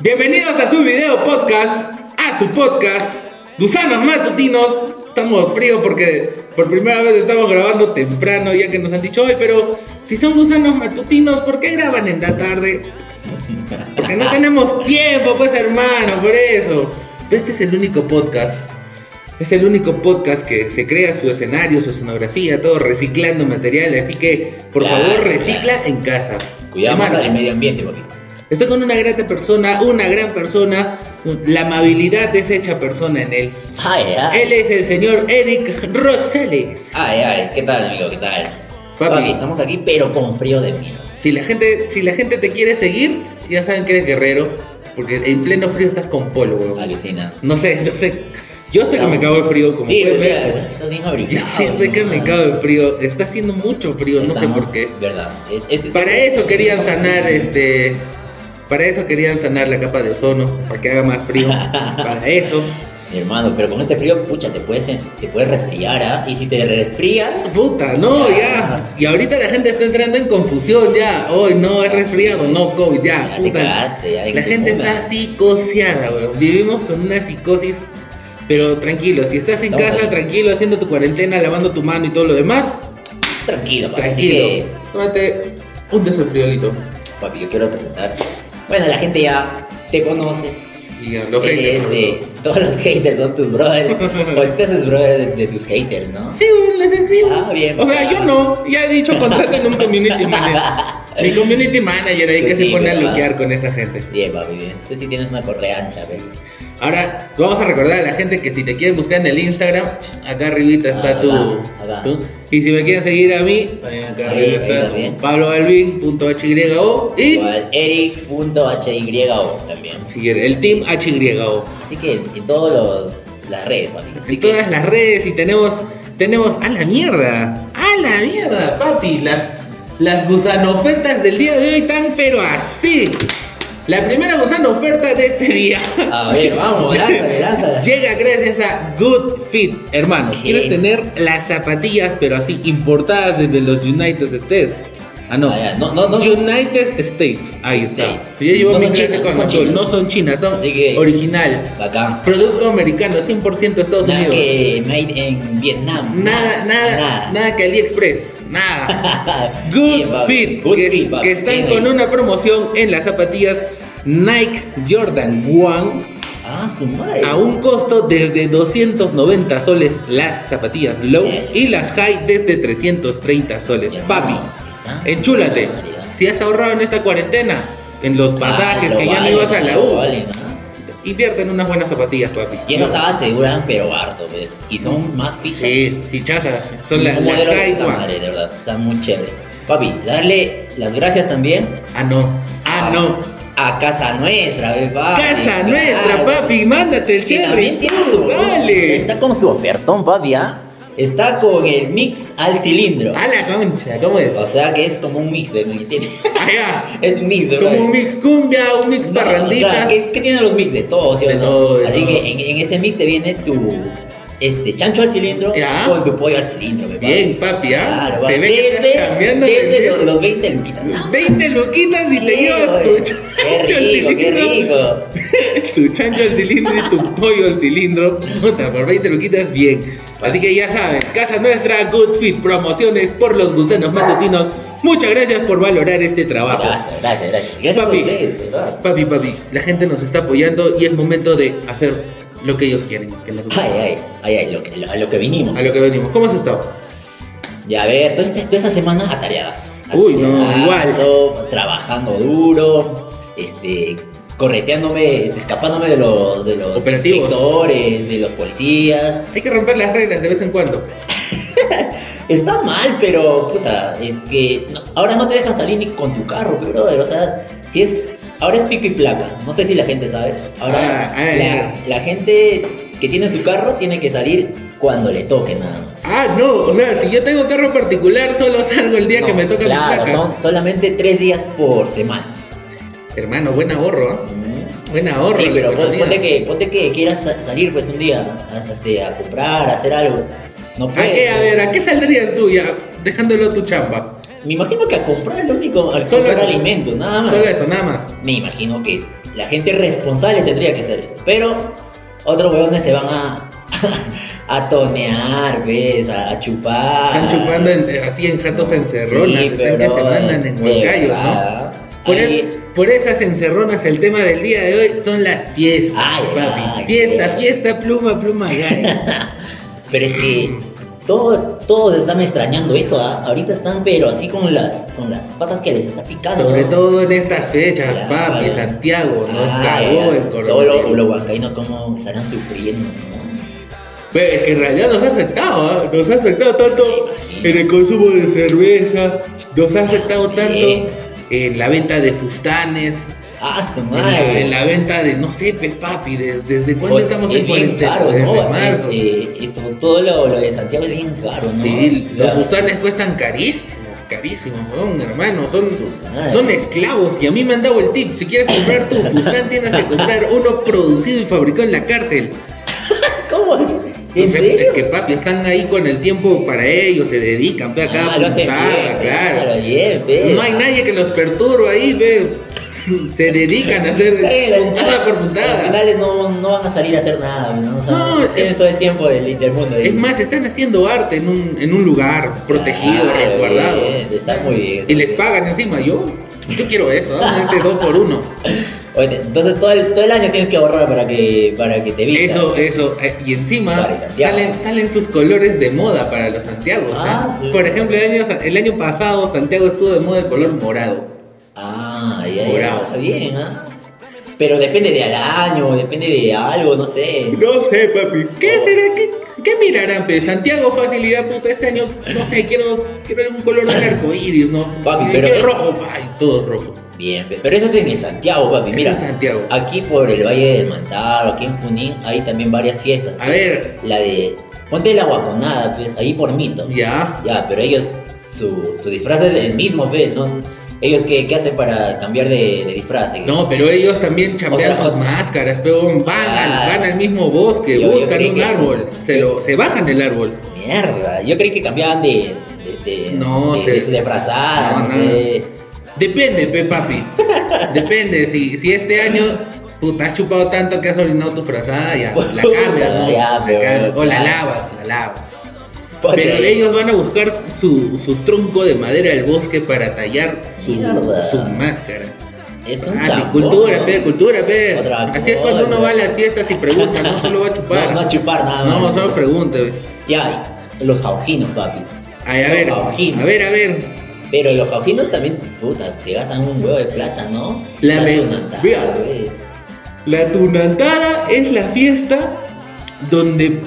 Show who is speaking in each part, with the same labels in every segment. Speaker 1: Bienvenidos a su video podcast, a su podcast, Gusanos Matutinos. Estamos fríos porque por primera vez estamos grabando temprano, ya que nos han dicho hoy, pero si son gusanos matutinos, ¿por qué graban en la tarde? Porque no tenemos tiempo, pues hermano, por eso. Pero este es el único podcast. Es el único podcast que se crea su escenario, su escenografía, todo reciclando material. Así que, por
Speaker 2: Claro,
Speaker 1: favor,
Speaker 2: claro.
Speaker 1: recicla en casa.
Speaker 2: Cuidamos
Speaker 1: Hermano,
Speaker 2: el medio ambiente, papi.
Speaker 1: Estoy con una grata persona, una gran persona. La amabilidad es hecha persona en él.
Speaker 2: Ay, ay.
Speaker 1: Él es el señor Eric Rosales.
Speaker 2: Ay, ay, ¿qué tal, amigo? ¿Qué tal?
Speaker 1: Papi.
Speaker 2: estamos aquí, pero con frío de mierda.
Speaker 1: Si la gente, si la gente te quiere seguir, ya saben que eres guerrero. Porque en pleno frío estás con polvo, weón.
Speaker 2: Alucina.
Speaker 1: No sé, no sé. Yo hasta que me cago el frío, como
Speaker 2: sí,
Speaker 1: puedes
Speaker 2: mira,
Speaker 1: ver.
Speaker 2: Estás bien
Speaker 1: Yo
Speaker 2: abrigado.
Speaker 1: siento que me cago el frío. Está haciendo mucho frío, no sé por qué.
Speaker 2: Verdad. Es- es-
Speaker 1: Para eso querían sanar este. Para eso querían sanar la capa de ozono, para que haga más frío. Para eso.
Speaker 2: Mi hermano, pero con este frío, pucha, te puedes, te puedes resfriar, ¿ah? Y si te resfrías,
Speaker 1: Puta, no, ya. Y ahorita la gente está entrando en confusión ya. Hoy no, es resfriado, no, COVID, ya.
Speaker 2: Ya te
Speaker 1: puta.
Speaker 2: cagaste, ya,
Speaker 1: la
Speaker 2: dijiste,
Speaker 1: gente
Speaker 2: puta.
Speaker 1: está psicoseada, weón. Vivimos con una psicosis. Pero tranquilo, si estás en
Speaker 2: Estamos
Speaker 1: casa,
Speaker 2: ahí.
Speaker 1: tranquilo, haciendo tu cuarentena, lavando tu mano y todo lo demás,
Speaker 2: tranquilo, papi. Así
Speaker 1: tranquilo.
Speaker 2: que,
Speaker 1: Tómate un desofriolito.
Speaker 2: papi, yo quiero presentar. Bueno, la gente ya te conoce.
Speaker 1: Y a los haters,
Speaker 2: Eres
Speaker 1: por
Speaker 2: de-
Speaker 1: favor.
Speaker 2: todos los haters son tus brothers. Ahorita haces brother de, de tus haters, ¿no?
Speaker 1: Sí, güey, les escribo.
Speaker 2: Ah, bien.
Speaker 1: O sea, yo no. Ya he dicho, contraten un community manager. Mi community manager ahí
Speaker 2: Pues
Speaker 1: que se
Speaker 2: sí,
Speaker 1: pone a
Speaker 2: ¿verdad?
Speaker 1: luquear con esa gente.
Speaker 2: Bien, papi, bien. Tú sí tienes una correancha, baby.
Speaker 1: Ahora, vamos a recordar a la gente que si te quieren buscar en el Instagram, acá arribita está
Speaker 2: Ah,
Speaker 1: tu,
Speaker 2: acá, acá.
Speaker 1: tu- Y si me quieren seguir a mí, eh, acá
Speaker 2: Ahí,
Speaker 1: arriba
Speaker 2: ahí también.
Speaker 1: está pabloalvin.hyo y
Speaker 2: Igual, eric.hyo también.
Speaker 1: si quieres, el team hyo.
Speaker 2: Así que en, en todas las redes, papi. Así
Speaker 1: En
Speaker 2: que,
Speaker 1: todas las redes y tenemos, tenemos a la mierda, a la mierda, papi, las, las gusano ofertas del día de hoy tan pero así. La primera gusano oferta de este día.
Speaker 2: A ver, vamos, lánzale, lánzala.
Speaker 1: Llega gracias a Good Fit, hermanos.
Speaker 2: Ok.
Speaker 1: ¿Quieres tener las zapatillas, pero así, importadas desde los United States? Ah, no.
Speaker 2: Ah, ya, no, no, no.
Speaker 1: United States. Ahí está.
Speaker 2: States.
Speaker 1: Yo llevo
Speaker 2: No
Speaker 1: mi
Speaker 2: son
Speaker 1: clase
Speaker 2: chinas,
Speaker 1: con
Speaker 2: no son
Speaker 1: Anchol.
Speaker 2: chinas.
Speaker 1: No son chinas, son
Speaker 2: Así que-
Speaker 1: original.
Speaker 2: Bacán.
Speaker 1: Producto americano, 100% Estados
Speaker 2: Nada
Speaker 1: Unidos.
Speaker 2: que made en Vietnam.
Speaker 1: Nada, nada, nada, que AliExpress. Nada. Good
Speaker 2: Bien, papi.
Speaker 1: Fit,
Speaker 2: Good
Speaker 1: que,
Speaker 2: Fit, papi.
Speaker 1: que están
Speaker 2: Bien
Speaker 1: con
Speaker 2: ahí.
Speaker 1: una promoción en las zapatillas Nike Jordan One
Speaker 2: Ah, su madre.
Speaker 1: a un costo desde 290 soles las zapatillas low
Speaker 2: Bien.
Speaker 1: y las high desde 330 soles.
Speaker 2: Hermano,
Speaker 1: Papi,
Speaker 2: está
Speaker 1: enchúlate.
Speaker 2: una barbaridad.
Speaker 1: Si has ahorrado en esta cuarentena, en los pasajes
Speaker 2: Ah,
Speaker 1: que
Speaker 2: lo
Speaker 1: ya no
Speaker 2: vale,
Speaker 1: ibas a la U,
Speaker 2: lo vale, ¿no?
Speaker 1: invierte en unas buenas zapatillas, papi.
Speaker 2: Y esas estaban seguras, pero harto, ¿ves? Y son más fijas.
Speaker 1: Sí, sí, chazas. Son las
Speaker 2: Un
Speaker 1: las
Speaker 2: modelo de
Speaker 1: high
Speaker 2: puta
Speaker 1: one.
Speaker 2: madre, de verdad, está muy chévere. Papi, darle las gracias también.
Speaker 1: Ah, no. Ah,
Speaker 2: a-
Speaker 1: no.
Speaker 2: A Casa Nuestra, ¿ves, papi?
Speaker 1: Casa
Speaker 2: Claro.
Speaker 1: nuestra, papi, mándate el
Speaker 2: Que también
Speaker 1: cherry.
Speaker 2: tiene su.
Speaker 1: Dale.
Speaker 2: Está con su ofertón, papi, ¿ah? Está con el mix al cilindro.
Speaker 1: A la concha, ¿cómo es?
Speaker 2: O sea que es como un mix, ¿ves? ¿Me entiendes?
Speaker 1: Allá.
Speaker 2: Es un mix, ¿verdad?
Speaker 1: Como un mix cumbia, un mix
Speaker 2: No, o sea,
Speaker 1: barrandita.
Speaker 2: ¿qué, qué tienen los mix? De todo, ¿sí o
Speaker 1: De
Speaker 2: no?
Speaker 1: todo, de
Speaker 2: Así
Speaker 1: todo.
Speaker 2: que en, en este mix te viene tu este, chancho al cilindro
Speaker 1: Ya.
Speaker 2: con tu pollo al cilindro. mi
Speaker 1: Bien, papi, ¿ah?
Speaker 2: Claro,
Speaker 1: Se
Speaker 2: papi.
Speaker 1: ve que estás
Speaker 2: Desde-
Speaker 1: chambeando,
Speaker 2: desde
Speaker 1: te
Speaker 2: los,
Speaker 1: entiendo.
Speaker 2: los 20 luquitas. ¿no?
Speaker 1: 20 loquitas y te
Speaker 2: Sí,
Speaker 1: llevas tu
Speaker 2: oye,
Speaker 1: chancho al
Speaker 2: Qué rico, qué
Speaker 1: cilindro.
Speaker 2: rico.
Speaker 1: Tu chancho al cilindro y tu pollo al cilindro. Puta, por 20 loquitas, bien. Así que ya saben, casa nuestra, Good Fit, promociones por los gusanos matutinos. Muchas gracias por valorar este trabajo.
Speaker 2: Gracias, gracias, gracias. Gracias
Speaker 1: Papi.
Speaker 2: a ustedes, de ¿verdad?
Speaker 1: Papi, papi, la gente nos está apoyando y es momento de hacer lo que ellos quieren. Que nos
Speaker 2: Ay, ay, ay, ay, lo que, lo- a lo que vinimos.
Speaker 1: A lo que venimos. ¿Cómo has estado?
Speaker 2: Ya a ver, toda esta, toda esta semana atareadas.
Speaker 1: Uy, no,
Speaker 2: Trabajando duro, este, correteándome, este, escapándome de los, de los
Speaker 1: Operativos.
Speaker 2: inspectores, de los policías.
Speaker 1: Hay que romper las reglas de vez en cuando.
Speaker 2: Está mal, pero, puta, es que no- ahora no te dejan salir ni con tu carro, pues, brother. O sea, si es. Ahora es pico y placa. No sé si la gente sabe. Ahora,
Speaker 1: Ah, ay,
Speaker 2: la,
Speaker 1: ay.
Speaker 2: la gente que tiene su carro tiene que salir cuando le toque, nada más.
Speaker 1: Ah, no, o sea, si yo tengo carro particular, solo salgo el día que
Speaker 2: No,
Speaker 1: me toca mi
Speaker 2: claro,
Speaker 1: placa.
Speaker 2: son solamente tres días por semana.
Speaker 1: Hermano, buen ahorro, ¿ah? Buen ahorro.
Speaker 2: Sí, pero
Speaker 1: la
Speaker 2: pon-
Speaker 1: economía.
Speaker 2: ponte que, ponte que quieras sa- salir pues un día a, este, a comprar, a hacer algo. No
Speaker 1: ¿A
Speaker 2: puedes.
Speaker 1: qué, a ver, a qué saldrías tú ya dejándolo a tu chamba?
Speaker 2: Me imagino que a comprar lo único, al
Speaker 1: Solo
Speaker 2: comprar
Speaker 1: eso.
Speaker 2: alimentos, nada más.
Speaker 1: Solo eso, nada más.
Speaker 2: Me imagino que La gente responsable tendría que hacer eso. Pero otros huevones se van a, a tonear, ¿ves? A, a chupar.
Speaker 1: Están chupando en- eh, así en jatos encerronas,
Speaker 2: Ah. Sí,
Speaker 1: están que
Speaker 2: pero,
Speaker 1: se mandan en
Speaker 2: de
Speaker 1: huacayos, ¿no?
Speaker 2: verdad.
Speaker 1: Por,
Speaker 2: Ahí-
Speaker 1: es- por esas encerronas, el tema del día de hoy son las fiestas,
Speaker 2: Ay,
Speaker 1: papi.
Speaker 2: ay,
Speaker 1: fiesta,
Speaker 2: qué-
Speaker 1: fiesta, pluma, pluma, gay.
Speaker 2: Pero es que todo- todos están extrañando eso, ¿ah? Ahorita están, pero así con las, con las patas que les está picando.
Speaker 1: Sobre todo en estas fechas,
Speaker 2: Claro.
Speaker 1: papi, Santiago, nos
Speaker 2: Ay,
Speaker 1: cagó
Speaker 2: ay,
Speaker 1: el
Speaker 2: Todos los
Speaker 1: coronavirus.
Speaker 2: los huancaínos como estarán sufriendo, ¿no?
Speaker 1: Pero es que en realidad nos ha afectado, ¿ah? nos ha afectado tanto en el consumo de cerveza, nos ha afectado
Speaker 2: Sí.
Speaker 1: tanto en la venta de fustanes,
Speaker 2: Ah, su
Speaker 1: en la,
Speaker 2: madre.
Speaker 1: en la venta de, no sé, pues papi, des- ¿desde cuándo
Speaker 2: Oye,
Speaker 1: estamos
Speaker 2: es
Speaker 1: en
Speaker 2: bien
Speaker 1: cuarentena?
Speaker 2: caro,
Speaker 1: Desde
Speaker 2: ¿no?
Speaker 1: marzo.
Speaker 2: Este, esto- todo lo, lo de Santiago es bien caro, ¿no?
Speaker 1: Sí,
Speaker 2: La-
Speaker 1: los fustanes cuestan carísimos, carísimos, weón, hermano, son,
Speaker 2: Su madre.
Speaker 1: son esclavos y a mí me han dado el tip, si quieres comprar tu fustán tienes que comprar uno producido y fabricado en la cárcel.
Speaker 2: ¿Cómo?
Speaker 1: No
Speaker 2: ¿En
Speaker 1: sé,
Speaker 2: serio?
Speaker 1: es que papi, están ahí con el tiempo para ellos, se dedican, ve
Speaker 2: Ah,
Speaker 1: acá,
Speaker 2: lo hacen
Speaker 1: puntada,
Speaker 2: bien,
Speaker 1: claro.
Speaker 2: bien, bien.
Speaker 1: No hay nadie que los perturbe ahí, ve. Se dedican a hacer
Speaker 2: Pero,
Speaker 1: puntada por
Speaker 2: Los
Speaker 1: puntada.
Speaker 2: finales no, no van a salir a hacer nada, ¿no? O sea,
Speaker 1: No,
Speaker 2: tienen
Speaker 1: es-
Speaker 2: todo el tiempo del, del mundo. ahí.
Speaker 1: Es más, están haciendo arte en un, en un lugar protegido,
Speaker 2: Ah,
Speaker 1: resguardado.
Speaker 2: bien, está muy bien.
Speaker 1: Y les pagan encima, yo. Yo quiero eso, dame ese dos por uno.
Speaker 2: Oye, entonces todo el, todo el año tienes que ahorrar para que, para que te vistas.
Speaker 1: Eso, eso. eh, Y encima
Speaker 2: Para Santiago.
Speaker 1: salen, salen sus colores de moda para los Santiago. o sea,
Speaker 2: Ah, sí.
Speaker 1: Por ejemplo, el año, el año pasado Santiago estuvo de moda el color morado.
Speaker 2: Ah, ya, ya.
Speaker 1: Morado.
Speaker 2: Está bien, ¿ah? Pero depende de al año, depende de algo, no sé.
Speaker 1: No sé, papi. ¿Qué será? ¿Qué, qué mirarán? Pues? Santiago facilidad, puta, este año, no sé, quiero, quiero un color de arcoíris, ¿no?
Speaker 2: Papi,
Speaker 1: Eh,
Speaker 2: pero-
Speaker 1: quiero rojo, ay, todo rojo.
Speaker 2: Bien, pe- pero eso es en el Santiago, papi.
Speaker 1: Eso
Speaker 2: Pues Mira,
Speaker 1: es Santiago.
Speaker 2: aquí por el Valle del Mantaro, aquí en Junín, hay también varias fiestas.
Speaker 1: A ver,
Speaker 2: La de. Ponte la guaconada, pues, ahí por mito.
Speaker 1: ya.
Speaker 2: Ya, pero ellos, su, su disfraz es el mismo, pues, ¿no? ¿Ellos qué, qué hacen para cambiar de, de disfraz?
Speaker 1: No, pero ellos también chambean
Speaker 2: Otra
Speaker 1: sus
Speaker 2: cosa.
Speaker 1: máscaras, pero van,
Speaker 2: Ah.
Speaker 1: al, van al mismo bosque,
Speaker 2: Yo- yo
Speaker 1: buscan
Speaker 2: creí
Speaker 1: un
Speaker 2: que-
Speaker 1: árbol, se lo, se bajan del árbol.
Speaker 2: Mierda, yo creí que cambiaban de. de, de-
Speaker 1: No,
Speaker 2: de,
Speaker 1: se-
Speaker 2: de su disfrazada,
Speaker 1: no,
Speaker 2: no,
Speaker 1: no.
Speaker 2: sé.
Speaker 1: Depende, pe papi. Depende, si, si este año puta, has chupado tanto que has orinado tu frazada, ya la cambias, ¿no?
Speaker 2: Ya,
Speaker 1: La
Speaker 2: pero-
Speaker 1: cambias, o la
Speaker 2: claro.
Speaker 1: lavas, la lavas.
Speaker 2: Porque-
Speaker 1: Pero ellos van a buscar su, su tronco de madera del bosque para tallar su,
Speaker 2: Mierda.
Speaker 1: su máscara.
Speaker 2: Es un
Speaker 1: Ah,
Speaker 2: chambón,
Speaker 1: mi cultura,
Speaker 2: ¿no?
Speaker 1: pe, cultura, pe.
Speaker 2: Otra
Speaker 1: Así es cuando uno
Speaker 2: cosa.
Speaker 1: va a las fiestas y pregunta, no solo va a chupar.
Speaker 2: No, no chupar nada
Speaker 1: No,
Speaker 2: más.
Speaker 1: solo pregunta, güey.
Speaker 2: Ya, los jaujinos, papi.
Speaker 1: Ay, a ver,
Speaker 2: Aujín.
Speaker 1: a ver, a ver.
Speaker 2: Pero los jaujinos también, puta, se gastan un huevo de plata, ¿no?
Speaker 1: La
Speaker 2: Plata
Speaker 1: me-
Speaker 2: una tanda,
Speaker 1: vea.
Speaker 2: pues.
Speaker 1: La tunantara es la fiesta donde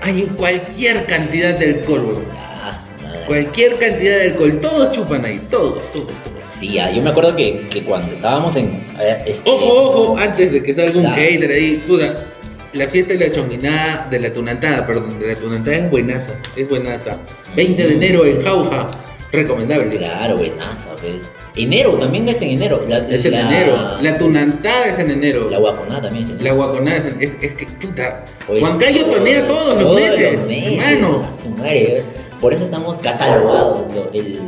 Speaker 1: hay cualquier cantidad de alcohol, güey.
Speaker 2: Ah, su madre.
Speaker 1: Cualquier cantidad de alcohol. Todos chupan ahí, todos, todos, todos.
Speaker 2: Sí, ya, yo me acuerdo que, que cuando estábamos en... eh, este-
Speaker 1: Ojo, ojo, antes de que salga un
Speaker 2: Claro.
Speaker 1: hater ahí, puta. La fiesta de la chonguinada, de la tunantada, perdón, de la tunantada es buenaza, es buenaza. 20 de enero en Jauja, recomendable.
Speaker 2: Claro, buenaza, pues. Enero, también es en enero. La,
Speaker 1: Es en
Speaker 2: la-
Speaker 1: enero, la tunantada es en enero.
Speaker 2: La guaconada también es en
Speaker 1: La
Speaker 2: enero.
Speaker 1: guaconada es, es- es que puta.
Speaker 2: Oye,
Speaker 1: Huancayo tonea todos los meses, hermano.
Speaker 2: a su madre, eh. Por eso estamos catalogados. lo- el-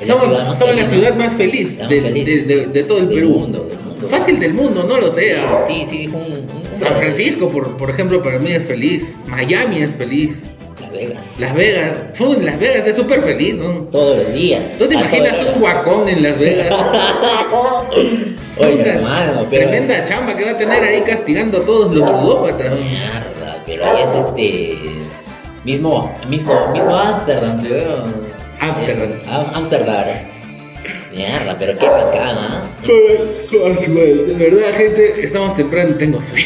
Speaker 2: el-
Speaker 1: Somos,
Speaker 2: más
Speaker 1: somos la
Speaker 2: feliz
Speaker 1: ciudad más feliz
Speaker 2: Estamos
Speaker 1: de, de-
Speaker 2: felices.
Speaker 1: de- de todo el
Speaker 2: Del
Speaker 1: Perú.
Speaker 2: mundo, del mundo.
Speaker 1: Fácil del mundo, no lo sea.
Speaker 2: Sí, sí, un, un-
Speaker 1: San Francisco, por, por ejemplo, para mí es feliz. Miami es feliz.
Speaker 2: Las Vegas.
Speaker 1: Las Vegas, ¡pum! Las Vegas es súper feliz, ¿no?
Speaker 2: Todos los días.
Speaker 1: ¿No te
Speaker 2: a
Speaker 1: imaginas
Speaker 2: toda
Speaker 1: un guacón en Las Vegas?
Speaker 2: hora. Oye,
Speaker 1: Puta,
Speaker 2: hermano, pero...
Speaker 1: Tremenda chamba que va a tener ahí castigando a todos los ludópatas.
Speaker 2: Mm. Mierda, pero ahí es este. Mismo, mismo, mismo Ámsterdam, creo.
Speaker 1: Ámsterdam.
Speaker 2: Eh, Am- Ámsterdam. Mierda, pero qué bacán, ¿ah?
Speaker 1: De verdad, gente, estamos temprano y tengo sueño.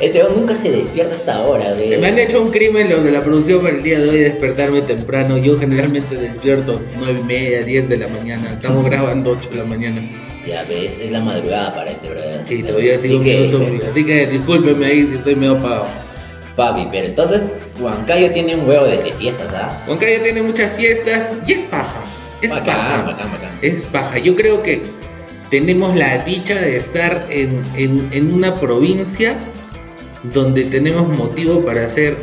Speaker 2: Este hombre nunca se despierta hasta ahora, güey.
Speaker 1: Eh, Me han hecho un crimen los de la producción para el día de hoy despertarme temprano. Yo generalmente despierto 9 y media, 10 de la mañana. Estamos grabando 8 de la mañana.
Speaker 2: Ya ves, es la madrugada para este, brother.
Speaker 1: Sí, todavía
Speaker 2: Así
Speaker 1: sigo
Speaker 2: que-
Speaker 1: medio sufrido. Así que discúlpenme ahí si estoy medio apagado.
Speaker 2: Papi, pero entonces, Huancayo tiene un huevo de, de fiestas, ¿ah?
Speaker 1: Huancayo tiene muchas fiestas y es paja. Es
Speaker 2: Bacán,
Speaker 1: paja.
Speaker 2: bacán, bacán.
Speaker 1: Es paja. Yo creo que tenemos la dicha de estar en, en- en una provincia donde tenemos motivo para ser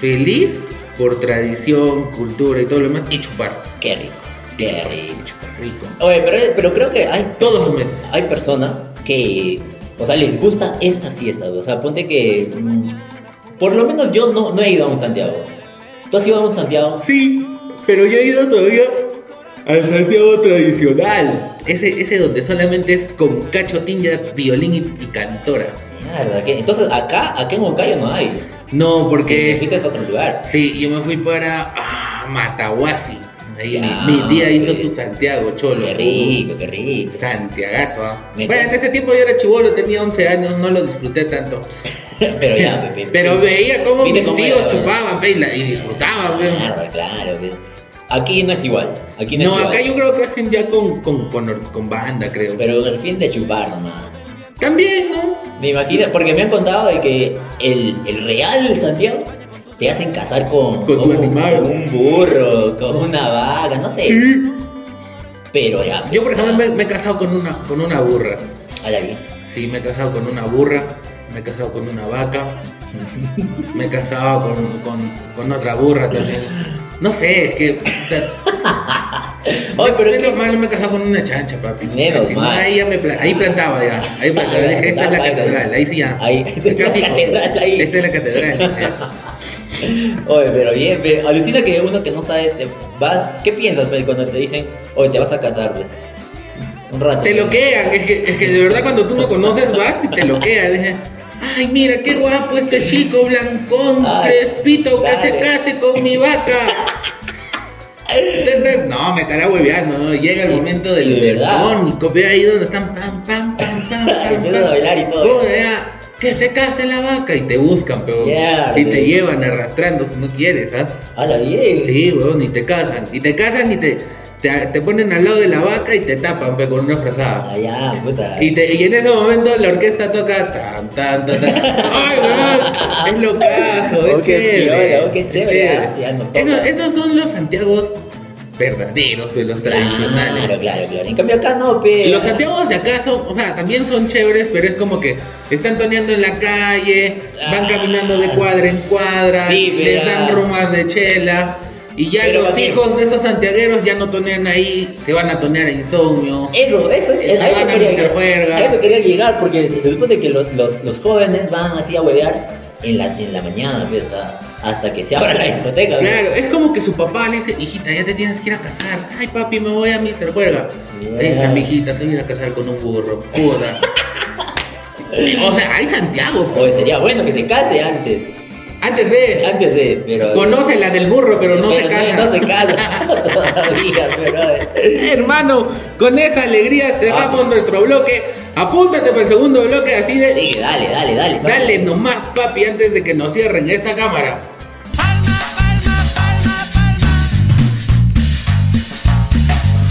Speaker 1: feliz por tradición, cultura y todo lo demás y chupar.
Speaker 2: Qué rico, qué rico.
Speaker 1: Chupa rico.
Speaker 2: Oye, pero, pero creo que hay,
Speaker 1: Todos los meses.
Speaker 2: hay personas que, o sea, les gusta esta fiesta, o sea, ponte que, mm, por lo menos yo no, no he ido a un Santiago. ¿Tú has ido a un Santiago?
Speaker 1: Sí, pero yo he ido todavía al Santiago tradicional. Ese, ese donde solamente es con cacho, tinga, violín y, y cantora.
Speaker 2: Mierda, ¿qué? Entonces acá, aquí en Huancayo no hay.
Speaker 1: No,
Speaker 2: Te
Speaker 1: porque.
Speaker 2: fuiste a otro lugar.
Speaker 1: Sí, yo me fui para ah, Matahuasi. Ahí mi-
Speaker 2: Ya,
Speaker 1: mi, tía
Speaker 2: Ah, ok.
Speaker 1: hizo su Santiago, cholo. uh,
Speaker 2: Qué rico, qué rico.
Speaker 1: Santiagazo. ¿ah?
Speaker 2: Me
Speaker 1: Bueno, en
Speaker 2: encanta.
Speaker 1: ese tiempo yo era chivolo, tenía 11 años, no lo disfruté tanto.
Speaker 2: Pero ya, Pepe.
Speaker 1: Pero veía cómo
Speaker 2: Mira
Speaker 1: mis
Speaker 2: cómo
Speaker 1: tíos
Speaker 2: era,
Speaker 1: chupaban pe, y la- y disfrutaban. weón.
Speaker 2: Claro, claro. pues. Aquí no es igual. Aquí no,
Speaker 1: No,
Speaker 2: es igual.
Speaker 1: acá yo creo que hacen ya con, con, con, or- con banda, creo.
Speaker 2: Pero con el fin de chupar nomás.
Speaker 1: También, ¿no?
Speaker 2: Me imagino, porque me han contado de que el, el real Santiago te hacen casar con,
Speaker 1: Con tu
Speaker 2: un-
Speaker 1: animal.
Speaker 2: con un burro, con una vaca, no sé. Pero ya.
Speaker 1: Yo, por ejemplo, me, me he casado con una, con una burra.
Speaker 2: A la bien.
Speaker 1: Sí, me he casado con una burra, me he casado con una vaca, me he casado con, con, con otra burra también. No sé, es que. puta,
Speaker 2: Ay, pero es que-
Speaker 1: menos mal no me he casado con una chancha, papi.
Speaker 2: Menos
Speaker 1: Si no,
Speaker 2: mal.
Speaker 1: ahí ya me pla- ahí plantaba ya. Ahí plantaba.
Speaker 2: Ah,
Speaker 1: Dije, esta es la
Speaker 2: plantaba,
Speaker 1: catedral, ahí sí ya.
Speaker 2: ahí. Esta es la
Speaker 1: Acá fijo.
Speaker 2: catedral, ahí.
Speaker 1: Esta es la catedral. ya.
Speaker 2: Oye, pero bien, ve, alucina que uno que no sabe, te vas, ¿qué piensas pues, cuando te dicen, oye, te vas a casar? Pues? Un rato.
Speaker 1: Te loquean, es que, es que de verdad cuando tú no conoces vas y te loquean. Dije, ay, mira qué guapo este chico, blancón,
Speaker 2: Ay,
Speaker 1: crespito, que se
Speaker 2: dale.
Speaker 1: case con mi vaca. Entonces, No, me estará hueveando, ¿no? Llega el momento del
Speaker 2: De verdad.
Speaker 1: perdón y co- ve ahí donde están pam, pam, pam, pam, pam.
Speaker 2: Empiezan
Speaker 1: pam.
Speaker 2: a bailar y todo.
Speaker 1: Pum, ya, que se case la vaca y te buscan, pero
Speaker 2: Ya,
Speaker 1: y
Speaker 2: de-
Speaker 1: te llevan arrastrando si no quieres, ¿ah?
Speaker 2: A la bien.
Speaker 1: Sí, weón, y te casan. Y te casan y te, te, te ponen al lado de la vaca y te tapan pe, con una frazada.
Speaker 2: Ah, ya, puta.
Speaker 1: Y, te- y en ese momento la orquesta toca tan, tan, tan, tan. ¡Ay, weón! Es locazo, es
Speaker 2: Oh, qué
Speaker 1: chévere.
Speaker 2: piola, oh, qué
Speaker 1: es
Speaker 2: chévere, ah, ya nos toca.
Speaker 1: Eso- esos son los Santiagos verdaderos, de los tradicionales.
Speaker 2: Claro, claro, claro. En cambio acá no, pero.
Speaker 1: Los Santiagos de acá son, o sea, también son chéveres, pero es como que están toneando en la calle, van
Speaker 2: Ah.
Speaker 1: caminando de cuadra en cuadra,
Speaker 2: Sí,
Speaker 1: les
Speaker 2: pero-
Speaker 1: dan rumas de chela. Y ya
Speaker 2: Pero
Speaker 1: los
Speaker 2: también-
Speaker 1: hijos de esos santiagueros ya no tonean ahí, se van a tonear a insomnio.
Speaker 2: Eso, eso,
Speaker 1: Se
Speaker 2: eso, a eso
Speaker 1: van a
Speaker 2: quería,
Speaker 1: meter juerga.
Speaker 2: a eso quería llegar, porque se supone que los, los, los jóvenes van así a huevear en la, en la mañana, pues, ah, hasta que se abra la discoteca. pues.
Speaker 1: Claro, es como que su papá le dice, hijita, ya te tienes que ir a casar. Ay, papi, me voy a Mr. Juerga.
Speaker 2: Mierda.
Speaker 1: Esa, mijita, se va a ir a casar con un burro. Joda. o sea, hay Santiago. pues.
Speaker 2: Oye, sería bueno que se case antes,
Speaker 1: Antes de...
Speaker 2: antes de, pero...
Speaker 1: Conoce la del burro, pero no se
Speaker 2: pero
Speaker 1: casa.
Speaker 2: No, se casa todavía, pero...
Speaker 1: Hermano, con esa alegría cerramos
Speaker 2: Vamos.
Speaker 1: nuestro bloque. Apúntate para el segundo bloque así de.
Speaker 2: Sí, dale, dale, dale.
Speaker 1: Dale nomás, papi, antes de que nos cierren esta cámara.